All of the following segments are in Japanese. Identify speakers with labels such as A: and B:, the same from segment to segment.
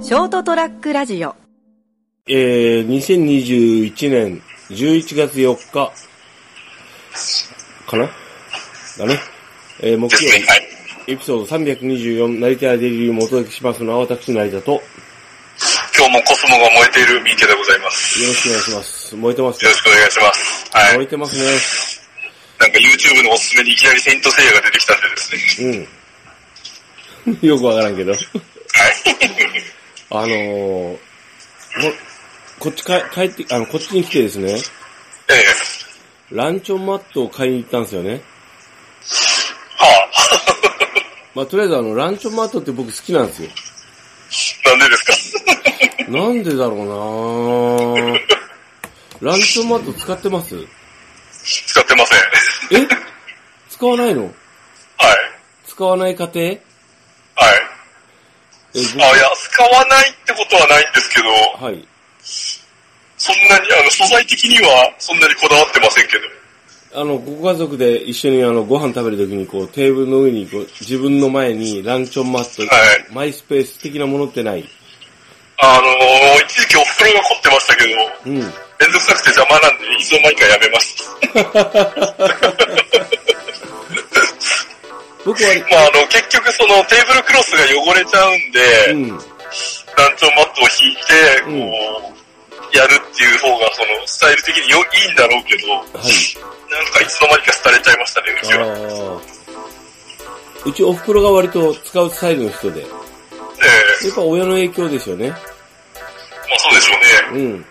A: ショートトラックラジオ
B: えー、2021年11月4日かなだね。えー、木曜
C: は
B: 日、
C: い。
B: エピソード324、成田デリリウムをお届けしますのは私、成田と、よ
C: 今日もコスモが燃えている三池でございます。
B: ろしくお願いします。燃えてます
C: よろしくお願いします。はい。
B: 燃えてます
C: なんか YouTube のおすすめにいきなりセイントセイヤが出てきたんでですね。
B: ね。うん。 よくわからんけど。
C: はい。
B: あのー、もこっちか帰って、あの、こっちに来てですね、
C: ええ
B: ランチョンマットを買いに行ったんですよね。
C: は
B: まあ、とりあえずあの、ランチョンマットって僕好きなんですよ。
C: あ、なんでですか
B: なんでだろうなぁランチョンマット使ってます
C: 使ってません。
B: え使わないの
C: はい。
B: 使わない家庭え、
C: はい。
B: 僕
C: あ、いや、使わないってことはないんですけど、
B: はい。
C: そんなに、あの、素材的にはそんなにこだわってませんけど。
B: あの、ご家族で一緒にあの、ご飯食べるときにこう、テーブルの上にこう、自分の前にランチョンマット、
C: はい
B: マイスペース的なものってない
C: あの一時期お袋が凝ってましたけど、
B: うん。
C: めんどくさくて邪魔なんで、いつの間にかやめました。
B: 僕は、
C: まあ、あの、結局そのテーブルクロスが汚れちゃうんで、
B: うん。
C: ランチョンマットを引いて、こう、やるっていう方が、その、スタイル的によいいんだろうけど、なんかいつの間にか廃れちゃいましたね、うちは。え
B: ああ。うちお袋が割と使うスタイルの人で。や
C: え
B: っぱ親の影響ですよね。
C: まあそうでしょうね。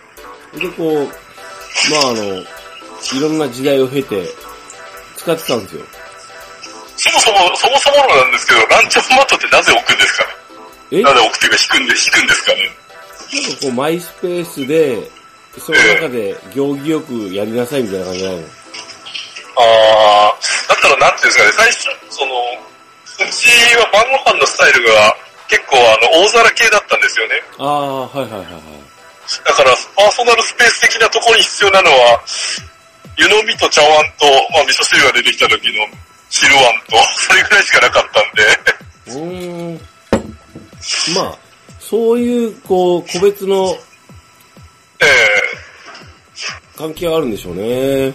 B: うん。で、こう、まああの、いろんな時代を経て、使ってたんですよ。
C: そもそも、そもそもなんですけど、ランチョンマットってなぜ置くんですかね
B: え
C: なぜ置くっていうか、引くんで、引くんですかね
B: なんかこう、マイスペースで、その中で行儀よくやりなさいみたいな感じなの。
C: あー、だったらなんていうんですかね、最初、その、うちは晩ご飯のスタイルが、結構あの、大皿系だったんですよね。
B: ああー、はいはいはいはい。
C: だから、パーソナルスペース的なところに必要なのは、湯飲みと茶碗と、まあ、味噌汁が出てきた時の汁碗と、それぐらいしかなかったん
B: うー
C: で、
B: ん。まあ、そういう、こう、個別の
C: え
B: 関係はあるんでしょうね。
C: え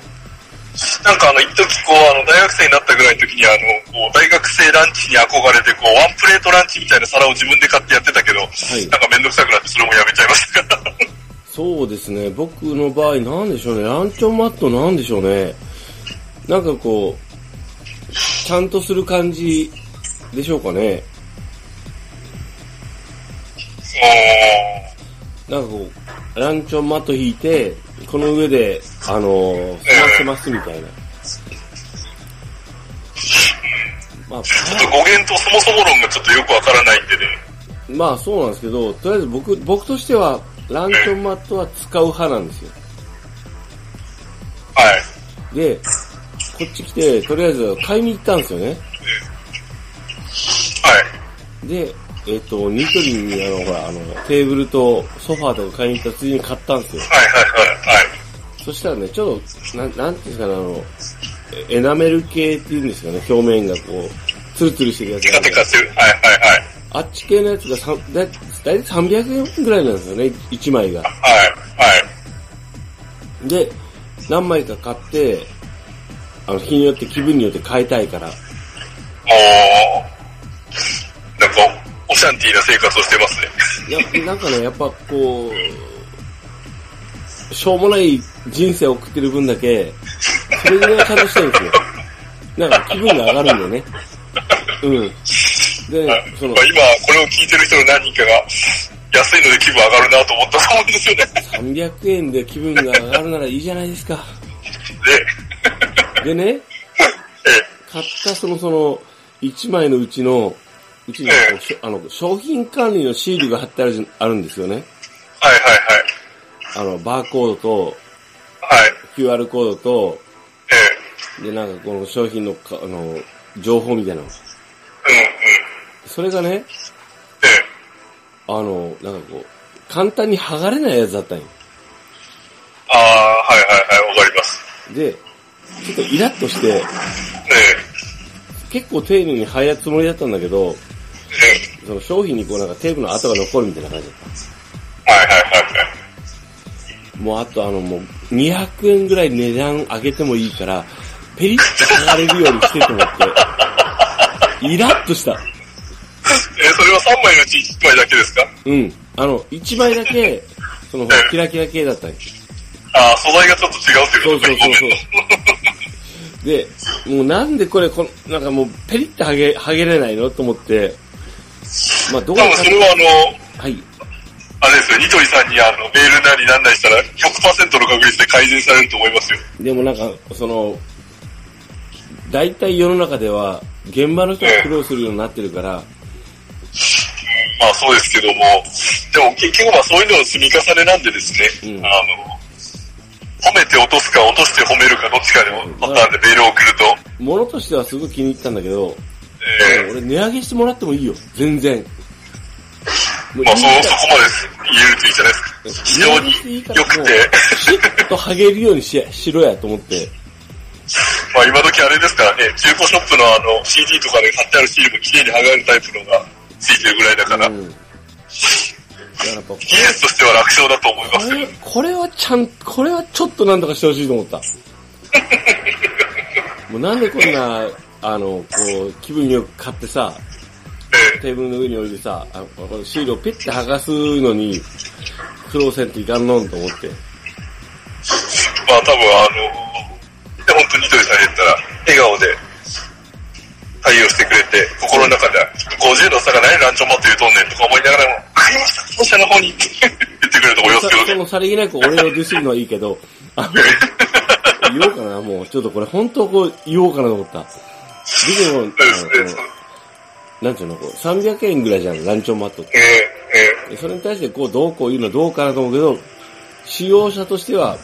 C: なんかあの、一時こう、あの、大学生になったぐらいの時に、あの、こう、大学生ランチに憧れて、こう、ワンプレートランチみたいな皿を自分で買ってやってたけど、
B: い
C: なんかめんどくさくなって、それもやめちゃいましたから。
B: そうですね、僕の場合なんでしょうね、ランチョンマットなんでしょうね。なんかこう、ちゃんとする感じでしょうかね。
C: もう、
B: なんかこう、ランチョンマット引いて、この上で、あのー、済ませますみたいな。まあ、
C: ちょっと語源とそもそも論がちょっとよくわからないんでね。
B: まあそうなんですけど、とりあえず僕、僕としては、ランチョンマットは使う派なんですよ。
C: はい。
B: で、こっち来て、とりあえず買いに行ったんですよね。
C: はい。
B: で、えっ、と、ニトリにあの、ほら、あの、テーブルとソファーとか買いに行ったついに買ったんですよ。
C: はいはいはい。はい。
B: そしたらね、ちょっと、なん、なんていうんですかね、あの、えエナメル系っていうんですかね、表面がこう、ツルツルしてるやつ
C: テカテカしてる。はいはいはい。
B: あっち系のやつがさんだ、だいたい300円ぐらいなんですよね、1枚が。
C: はいはい。
B: で、何枚か買って、あの、日によって気分によって買いたいから。
C: もう、なんか、オシャンティーな生活をしてますね。
B: やなんかね、やっぱこう、しょうもない人生を送ってる分だけ、それぐらいちゃんとしたいんですよ。なんか気分が上がるんだよね。うん。でね、その
C: まあ今、これを聞いてる人の何人かが、安いので気分上がるなと思ったと思うんですよ ね。
B: 300円で気分が上がるならいいじゃないですか。で
C: で、
B: ね、
C: え
B: 買ったそのその、1枚のうちの、うちにこうしょあの商品管理のシールが貼ってあるじゃあるんですよね。
C: はいはい
B: あの、バーコードと、
C: はい。はい。
B: QR コードと、
C: え
B: で、なんかこの商品のか、あの、情報みたいなの。
C: えうんうん。
B: それがね、
C: ええ
B: あの、なんかこう、簡単に剥がれないやつだったんよ。
C: ああ、はいはいはい、わかります。
B: で、ちょっとイラッとして、
C: ええ
B: 結構丁寧に剥いだつもりだったんだけど、
C: ええ
B: その商品にこうなんかテープの跡が残るみたいな感じだっ
C: はいはいはいはい。
B: た。もうあとあのもう200円ぐらい値段上げてもいいから、ペリッと剥がれるようにしてと思って、イラッとした。
C: えーそれは3枚のうち1枚だけですか
B: うん。あの、1枚だけ、そのほらキラキラ系だったんよ
C: ああ、素材がちょっと違うっていうことですね、
B: そうそうで、もうなんでこれ、このなんかもうペリッと剥げ、剥げれないのと思って、まあど
C: 多
B: こに
C: 分それはあ
B: は
C: の、
B: い。
C: あれですよ、ニトリさんにあのメールなりなんなりしたら100%の確率で改善されると思いますよ。
B: でもなんか、その、大体世の中では、現場の人が苦労するようになってるから、
C: まあそうですけども、でも結局まあそういうのの積み重ねなんでですね、
B: うん
C: あの、褒めて落とすか落として褒めるかどっちかでもパターンでメールを送ると、
B: 物としてはすごい気に入ったんだけど、
C: え
B: 俺値上げしてもらってもいいよ。全然。もう
C: ーまあそ
B: いい
C: そこまで言えるといいじゃないですか。非常に良くて、
B: ちょっと剥げるようにしやしろやと思って。
C: まあ今時あれですからね、中古ショップのあの CD とかで買ってあるシールも綺麗に剥がれるタイプのがついてるぐらいだから、
B: うん。だからやっぱこ
C: 技術としては楽勝だと思いますよ。
B: れ、これはちゃん、これはちょっとなんとかしてほしいと思った。もうなんでこんな、あの、こう、気分よく買ってさ、
C: え
B: テーブルの上に置いてさ、あこのシールをピッて剥がすのに、苦労せんといかんのんと思って。
C: ーまあ多分あの、で本当にニトリさんに言ったら、笑顔で対応してくれて、心の中では、50の差がないランチョンマって言うとんねんとか思いながらも、わかりました、本社の方にって言ってくれると思いま
B: さ
C: すけど
B: そ
C: ね。
B: のさりげなく俺をディスるのはいいけど、あの、言おうかな、もう。ちょっとこれ本当こう言おうかなと思った。でも、あのこ
C: そうですね。
B: うなんていうの、こう、300円ぐらいじゃん、ランチョンマットって。
C: ええええ
B: でそれに対してこう、どうこう言うのはどうかなと思うけど、使用者としては、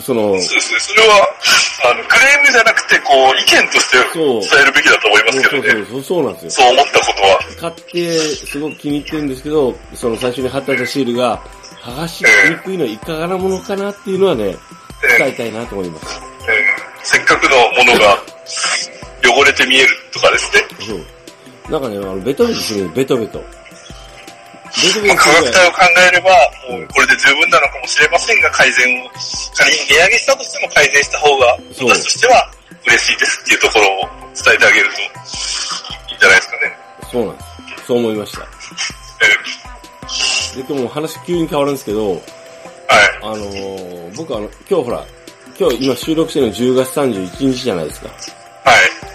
B: その、
C: そうですね。それは、あの、クレームじゃなくて、こう、意見として
B: そう
C: 伝えるべきだと思いますけ
B: そう
C: どね。
B: そうそう、そうなんですよ。
C: そう思ったことは。
B: 買って、すごく気に入ってるんですけど、その最初に貼ってあったシールが、剥がしにくいのはいかがなものかなっていうのはね、
C: え
B: 伝
C: え
B: えたいなと思います。
C: ええせっかくのものが汚れて見えるとかですね。
B: そう。なんかね、あの、ベトベトするのベトベト。ベトベ
C: まあ
B: ト
C: 価
B: するぐら
C: 格帯
B: い。
C: を考えれば、もうこれで十分なのかもしれませんが、改善を、仮に値上げしたとしても改善した方が、
B: そう
C: 私としては嬉しいですっていうところを伝えてあげるといいんじゃないですかね。
B: そうなんです。そう思いました。
C: え
B: で、今日もう話急に変わるんですけど、
C: えはい。
B: あのー僕あの、今日ほら、今日今収録してるの10月31日じゃないですか。
C: はい。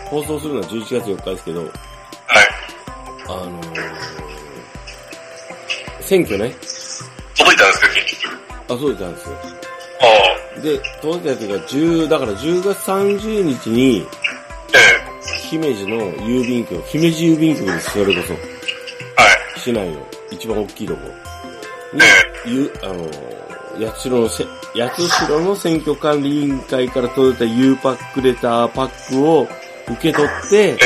B: 放送するのは11月4日ですけど、
C: はい。
B: あのー選挙ね。
C: 届いたんですか、結局。
B: あ、そうなんですよ。
C: ああ。
B: で、届いたやつが10、だから10月30日に、
C: え
B: 姫路の郵便局、姫路郵便局です、それこそ。
C: えはい。
B: 市内の一番大きいとこ。に
C: え、
B: ゆ、あのー、八代のせ、八代の選挙管理委員会から届いた U パックレターパックを受け取って
C: え、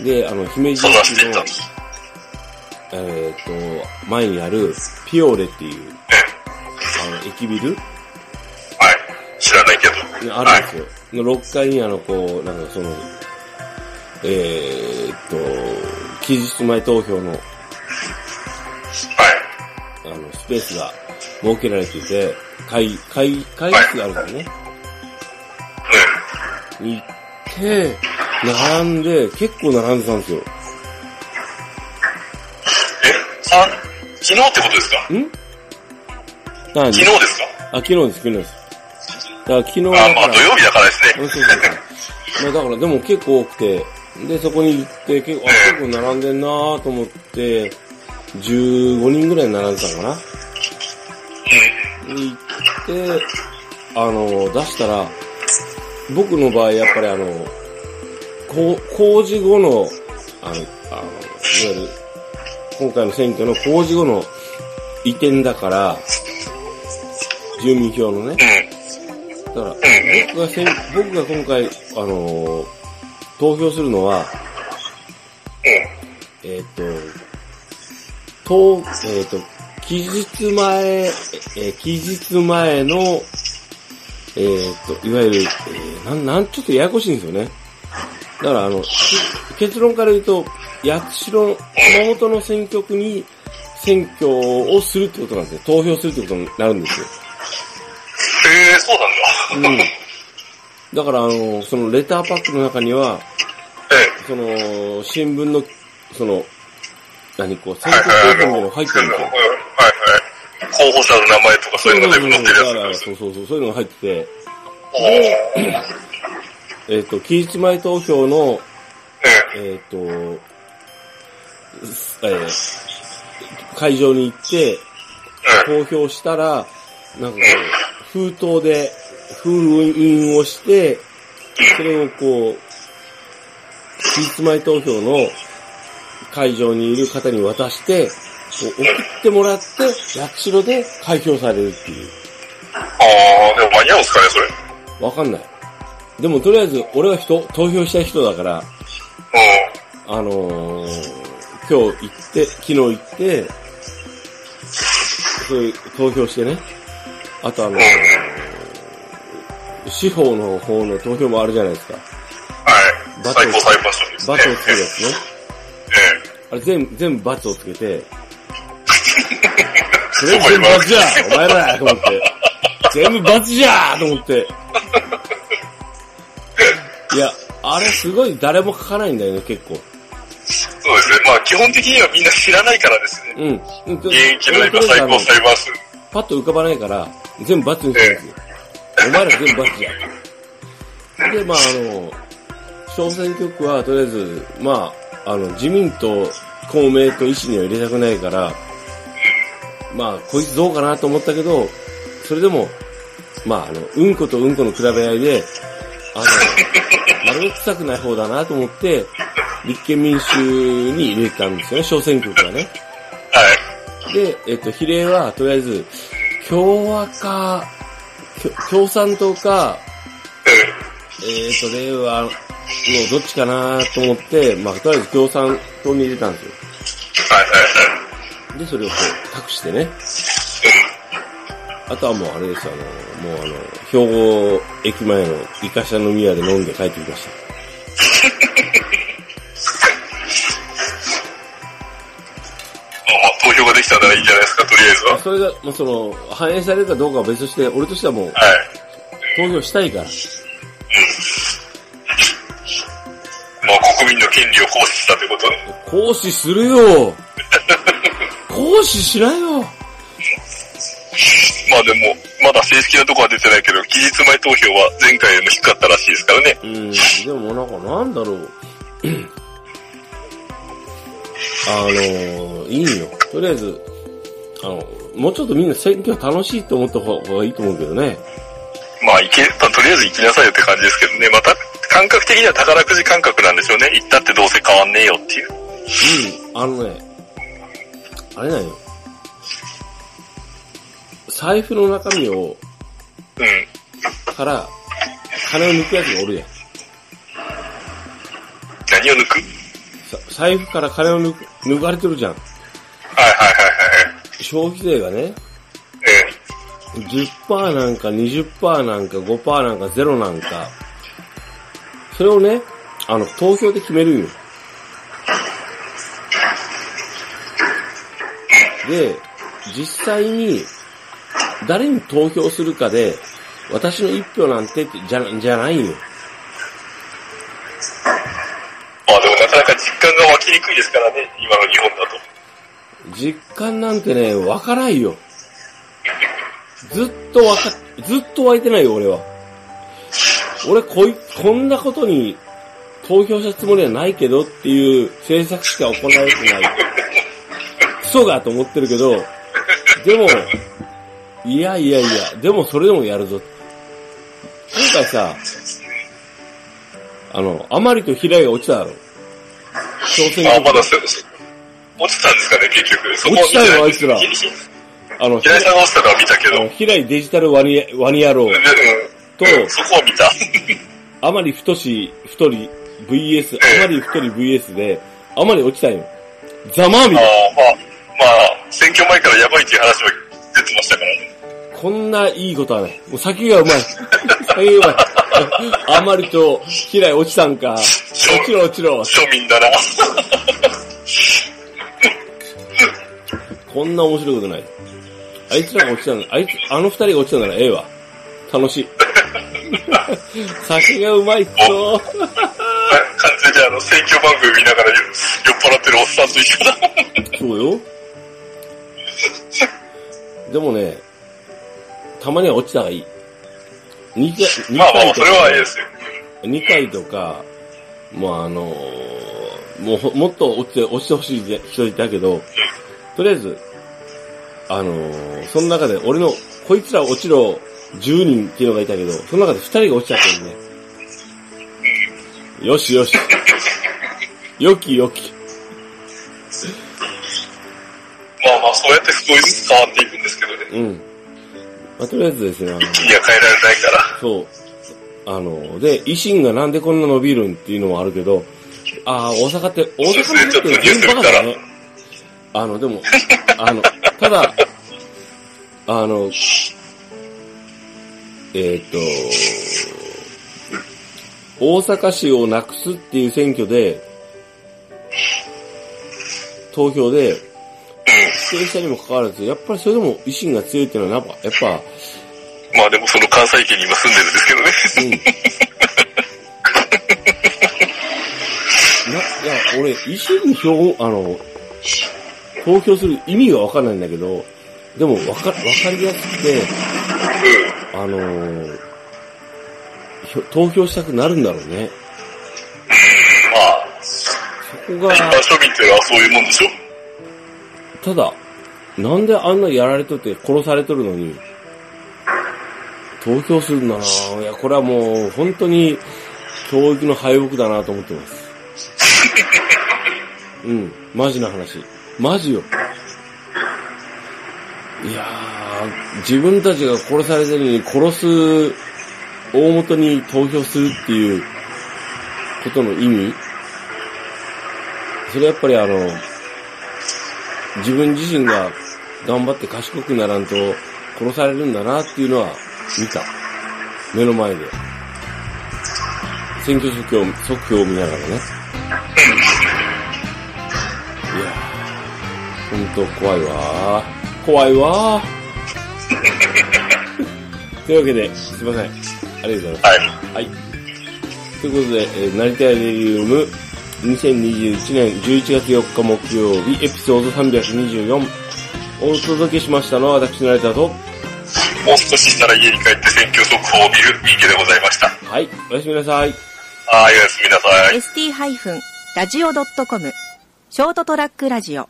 C: え
B: で、あの、姫
C: え
B: 路
C: 探し
B: 市
C: ていっ
B: の
C: たんで、す。
B: えっ、と、前にある、ピオーレっていう、
C: え
B: あの、駅ビル
C: えはい。知らないけど。
B: あるんですよ。の6階にあの、こう、なんかその、えー、っと、期日前投票の、
C: はい。
B: あの、スペースが設けられていて、会、会、会議室があるんだよね。に行って、並んで、結構並んでたんですよ。
C: え、さ、昨日ってことですか
B: ん何
C: 昨日ですか
B: あ、昨日です、昨日です。だから昨日だ
C: あ
B: から、
C: まあ土曜日だからですね。
B: そうそうそう。まあだからでも結構多くて、で、そこに行って、結構、あ、結構並んでんなぁと思って、15人ぐらい並んでたのかなに行って、あの、出したら、僕の場合やっぱりあの、こう工事後の、あの、あのいわゆる、今回の選挙の工事後の移転だから、住民票のね、
C: う
B: だ
C: ん。
B: から、
C: うん。うん。
B: 僕がせん僕が今回、あのー投票するのは、えーっ、と、と、えーっ、と、期日前、えー期日前の、えーっ、と、いわゆる、えーなん、なん、ちょっとややこしいんですよね。だから、あの、き結論から言うと、八代、熊本の選挙区に選挙をするってことなんですよ。投票するってことになるんですよ。
C: へえー、そうなん
B: う
C: だ。
B: ん。だから、あの、そのレターパックの中には、
C: ええ。
B: その、新聞の、その、何こう、選挙投票みたいなのが入ってるんですよ。
C: はいはい。候補者の名前とかそういうのが全部載ってるやつなんです
B: そ
C: よ。
B: うそうそう、そういうのが入ってて、
C: おーえ
B: えっ、と、期日前投票の、え
C: え
B: っ、と、すえー、会場に行って、
C: え
B: 投
C: え
B: 票したら、なんかこう、封筒で、封印をして、それをこう、期日前投票の会場にいる方に渡して、こう送ってもらって、八代で開票されるっていう。
C: あー、でも間に合うんすかね、それ。
B: わかんない。でもとりあえず、俺は人、投票した人だから、
C: うん。
B: あのー、今日行って、昨日行って、そういう投票してね。あとあのー、司法の方の投票もあるじゃないですか。
C: はい。
B: バ
C: 最
B: ツを
C: 高裁判所ですね。
B: 罰をつけるやつね。
C: え
B: あれ全部、全部罰をつけて、それ全部罰じゃんお前らと思って。全部罰じゃんと思って。いや、あれすごい誰も書かないんだよね、結構。
C: え。そうですね。まあ基本的にはみんな知らないからですね。
B: うん。うんと
C: 現役の今最高裁判所。
B: パッと浮かばないから、全部罰にしたんですよ。お前ら全部罰じゃん。で、まああの、小選挙区はとりあえず、まああの、自民と公明と維新には入れたくないから、まあこいつどうかなと思ったけど、それでも、まああの、うんことうんこの比べ合いで、あの、なるべく臭くない方だなと思って、立憲民主に入れたんですよね、小選挙区はね。
C: はい。
B: で、えっと、比例は、とりあえず、共和か、きょ共産党か、
C: え
B: えっと、令和のどっちかなと思って、まあ、とりあえず共産党に入れたんですよ。
C: え。はいはいはい。
B: で、それをこう、託してね。あとはもうあれですよ、あの、もうあの、兵庫駅前のイカシャの宮で飲んで帰ってきました。
C: まあ投票ができたらいいんじゃないですか、とりあえずは。
B: まあ
C: はい。
B: それが、もうその、反映されるかどうかは別として、俺としてはもう、投票したいから。
C: まあ国民の権利を行使したということね。
B: 行使するよ行使しないよ
C: まあでも、まだ正式なとこは出てないけど、期日前投票は前回よりも低かったらしいですからね。
B: うん、でもなんかなんだろう。あの、いいよ。とりあえず、あの、もうちょっとみんな選挙楽しいと思った方がいいと思うけどね。
C: まあ、行け、まあとりあえず行きなさいよって感じですけどね。また、感覚的には宝くじ感覚なんでしょうね。行ったってどうせ変わんねえよっていう。
B: うん、あのね、あれなんよ。財布の中身を、
C: うん。
B: から、金を抜くやつがおるやん。
C: 何を抜く
B: さ財布から金を抜く抜かれてるじゃん。
C: はいはいはいはい。
B: 消費税がね、
C: え
B: 10%なんか20%なんか5%なんか0なんか、それをね、あの、投票で決めるんよ。で、実際に、誰に投票するかで、私の一票なんてってじゃ、じゃないよ。
C: え。まあでもなかなか実感が湧きにくいですからね。今の日本だと。
B: 実感なんてね、わからんよ。ずっとわか、ずっと湧いてないよ、俺は。俺、こい、こんなことに投票したつもりはないけどっていう政策しか行われてない。クソがと思ってるけど、でも、いやいやいや、でもそれでもやるぞ。今回さ、あの、あまりと平井が落ちただろ。小選
C: まあ
B: 挙
C: ま
B: 区
C: だそ、そ落ちたんですかね、結局。そこは
B: 落ちたよ
C: 見てない
B: あい
C: です
B: あの、
C: 平井さんが落ちたのは見たけ
B: あ
C: ど。う
B: の
C: ん
B: 平井デジタルワニワニ野郎と、
C: うん、そこは見た。
B: あまり太し、太り VS、あまり太り VS で、あまり落ちたんよ。ざまあみ
C: あ
B: だ
C: あ、まあ、まあ、選挙前からやばいっていう話は出てましたからね。
B: こんないいことはない。もう先がうまい。先がうまい。あまりと、嫌い落ちたんか。落ちろ落ちろ。
C: 庶民 だな。
B: こんな面白いことない。あいつらが落ちたんだ、あいつ、あの二人が落ちたんならええわ。楽 しい。酒がうまいっそ。
C: 完全にあの、選挙番組見ながら酔っ払ってるおっさんと一緒だ。
B: そうよ。でもね、たまには落ちた方がいい。二回、二
C: まあま
B: 回
C: あ、
B: と
C: それはいいですよ。
B: 二回とか、まああのもうほもっと落ちて、落ちてほしい人いたけど、とりあえず、あのその中で俺の、こいつら落ちろ10人っていうのがいたけど、その中で2人が落ちちゃったんで、よしよ し。よきよき。
C: まあまあ、そうやって少しずつ変わっていくんですけどね。
B: うん。まあ、とりあえずですね、あの、
C: 一気には変えられないから。
B: そう。あの、で、維新がなんでこんな伸びるんっていうのもあるけど、ああ、大阪って、大阪の人って全然バカだね。あの、でも、あの、ただ、あの、えーっ、と、大阪市をなくすっていう選挙で、投票で、否定したにもかかわらず、やっぱりそれでも維新が強いっていうのは、やっぱ、やっぱ、
C: まあでもその関西圏に今住んでるんですけどね。
B: うん。な、いや、俺、維新に票、あの、投票する意味がわかんないんだけど、でも、わか、わかりやすくて、あのーひょ投票したくなるんだろうね。
C: まあ、
B: そこが、
C: 一般庶民っていうのはそういうもんでしょ。
B: ただ、なんであんなやられとって殺されとるのに、投票するんだなぁ。いや、これはもう、本当に、教育の敗北だなと思ってます。 うん、マジな話。マジよ。いやー、自分たちが殺されてるのに、殺す大元に投票するっていう、ことの意味それやっぱりあの、自分自身が頑張って賢くならんと殺されるんだなっていうのは見た。目の前で。選挙即興、即興を見ながらね。いやー、ほんと怖いわー。怖いわ ー。というわけで、すいません。ありがとうございます。
C: はい。
B: はい。ということで、えー、成田レリウム、2021年11月4日木曜日、エピソード324。お届けしましたのは私、成田と、
C: もう少ししたら家に帰って選挙速報を見る人間でございました。
B: はい、おやすみなさい。
C: はい、おやすみなさい。
A: ST-radio.com ショートトラックラジオ